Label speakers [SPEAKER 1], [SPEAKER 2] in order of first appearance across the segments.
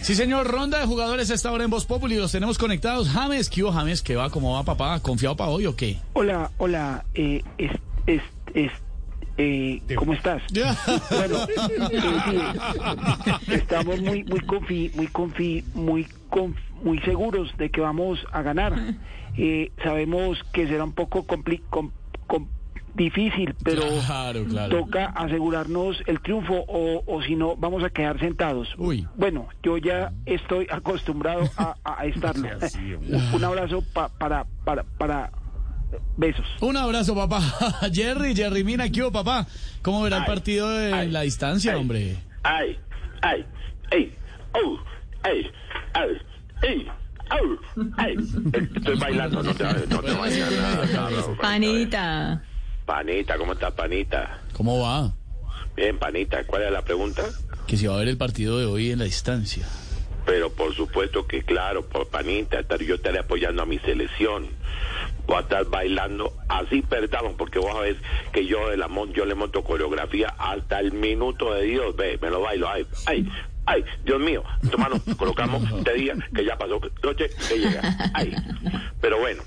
[SPEAKER 1] Sí, señor, ronda de jugadores a esta hora en Voz Populi. Los tenemos conectados. James, ¿qué hubo, James? ¿Qué va? ¿Cómo va, papá? ¿Confiado para hoy o qué?
[SPEAKER 2] Hola, hola, eh, es, es, es, eh, ¿cómo estás? Bueno, eh, sí, estamos muy, muy confi, muy confi, muy conf- muy seguros de que vamos a ganar. Eh, sabemos que será un poco compli- com- com- difícil, pero
[SPEAKER 1] Claro, claro.
[SPEAKER 2] toca asegurarnos el triunfo o, o si no vamos a quedar sentados.
[SPEAKER 1] Uy.
[SPEAKER 2] Bueno, yo ya estoy acostumbrado a, a- a estarlo. Un- Un abrazo pa- para, para, para, besos.
[SPEAKER 1] Un abrazo, papá. Jerry, Jerry, mira, ¿qué hubo, papá? ¿Cómo verá el partido de la distancia, hombre?
[SPEAKER 3] ay, ay, ay, oh, ay, ay, ay, oh, ay. Estoy bailando, no te, no te vayas. no, no, no,
[SPEAKER 4] Panita.
[SPEAKER 3] Panita, ¿cómo estás, Panita?
[SPEAKER 1] ¿Cómo va?
[SPEAKER 3] Bien, Panita, ¿cuál es la pregunta?
[SPEAKER 1] Que si va a ver el partido de hoy en la distancia.
[SPEAKER 3] Pero por supuesto que, claro, por Panita, estar, yo estaré apoyando a mi selección. Voy a estar bailando así, perdamos, porque vos sabés que yo, de la mon- yo le monto coreografía hasta el minuto de Dios. Ve, me lo bailo, ay, ay. Ay, Dios mío, hermano, colocamos este día que ya pasó noche, que llega. Ay, pero bueno,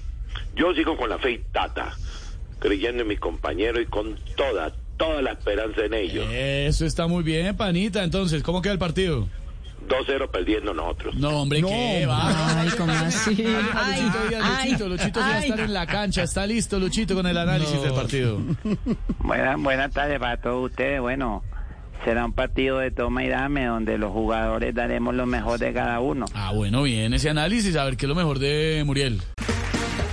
[SPEAKER 3] yo sigo con la fe y tata, creyendo en mis compañeros y con toda, toda la esperanza en ellos.
[SPEAKER 1] Eso está muy bien, panita. Entonces, ¿cómo queda el partido?
[SPEAKER 3] 2-0 perdiendo nosotros.
[SPEAKER 1] No, hombre, ¿qué va?
[SPEAKER 5] Ay, ¿cómo así?
[SPEAKER 1] Ay, Luchito Díaz, Luchito, Luchito sí va a estar en la cancha. Está listo, Luchito, con el análisis del partido.
[SPEAKER 6] Buena, buena tarde para todos ustedes. Bueno, será un partido de toma y dame donde los jugadores daremos lo mejor de cada uno.
[SPEAKER 1] Ah, bueno, bien, ese análisis. A ver qué es lo mejor de Muriel.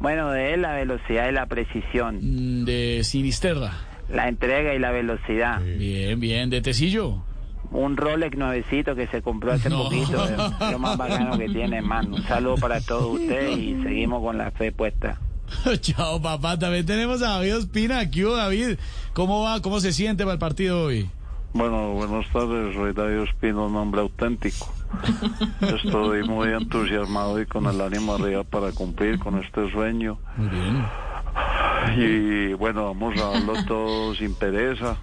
[SPEAKER 6] Bueno, de la velocidad y la precisión,
[SPEAKER 1] Mm, De Sinisterra.
[SPEAKER 6] la entrega y la velocidad.
[SPEAKER 1] Bien, bien. De Tecillo.
[SPEAKER 6] Un Rolex nuevecito que se compró hace poquito, es lo más bacano que tiene, man. Un saludo para todos ustedes y seguimos con la fe puesta.
[SPEAKER 1] Chao, papá. También tenemos a David Ospina. Aquí, hubo, David. ¿Cómo va? ¿Cómo se siente para el partido hoy?
[SPEAKER 2] Bueno, buenas tardes, soy David Espino, un hombre auténtico. Estoy muy entusiasmado y con el ánimo arriba para cumplir con este sueño.
[SPEAKER 1] Muy bien.
[SPEAKER 2] Y bueno, vamos a darlo todo sin pereza.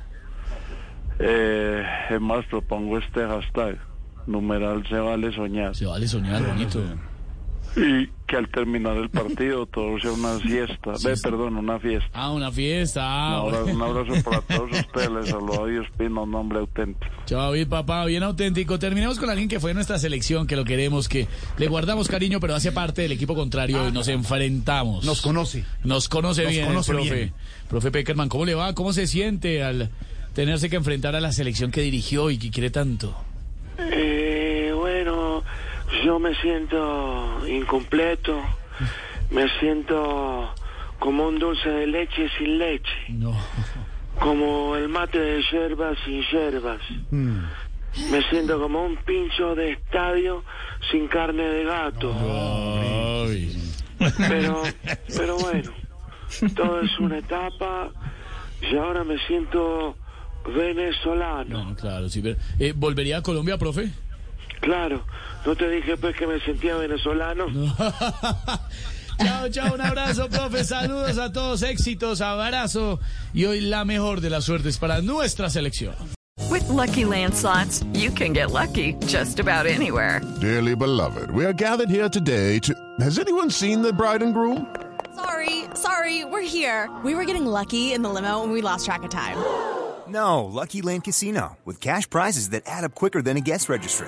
[SPEAKER 2] Eh, es más, propongo este hashtag, numeral se vale soñar.
[SPEAKER 1] Se vale soñar bonito.
[SPEAKER 2] Y que al terminar el partido todo sea una siesta, ve, perdón, una fiesta.
[SPEAKER 1] Ah, una fiesta. Ah,
[SPEAKER 2] Un abrazo,
[SPEAKER 1] bueno.
[SPEAKER 2] un abrazo para todos ustedes, les saludo a Dios Pino, un hombre auténtico.
[SPEAKER 1] Chao, David, papá. Bien auténtico. Terminemos con alguien que fue nuestra selección, que lo queremos, que le guardamos cariño, pero hace parte del equipo contrario y nos enfrentamos.
[SPEAKER 7] Nos conoce.
[SPEAKER 1] Nos conoce
[SPEAKER 7] Nos
[SPEAKER 1] bien, el
[SPEAKER 7] conoce
[SPEAKER 1] profe.
[SPEAKER 7] bien.
[SPEAKER 1] Profe Peckerman, ¿cómo le va? ¿Cómo se siente al tenerse que enfrentar a la selección que dirigió y que quiere tanto?
[SPEAKER 3] Eh, bueno, yo me siento incompleto, me siento como un dulce de leche sin leche,
[SPEAKER 1] No.
[SPEAKER 3] como el mate de hierbas sin hierbas. Me siento como un pincho de estadio sin carne de gato.
[SPEAKER 1] Ay.
[SPEAKER 3] Pero, pero bueno, todo es una etapa y ahora me siento venezolano.
[SPEAKER 1] No, claro, sí. pero- eh, ¿Volvería a Colombia, profe?
[SPEAKER 3] Claro, ¿no te dije pues que me sentía venezolano?
[SPEAKER 1] chao, chao, un abrazo, profe. Saludos a todos, éxitos, abrazo. Y hoy la mejor de las suertes para nuestra selección.
[SPEAKER 5] With Lucky Land slots, you can get lucky just about anywhere.
[SPEAKER 8] Dearly beloved, we are gathered here today to. Has anyone seen the bride and groom?
[SPEAKER 4] Sorry, sorry, we're here. We were getting lucky in the limo and we lost track of time.
[SPEAKER 7] No, Lucky Land Casino with cash prizes that add up quicker than a guest registry.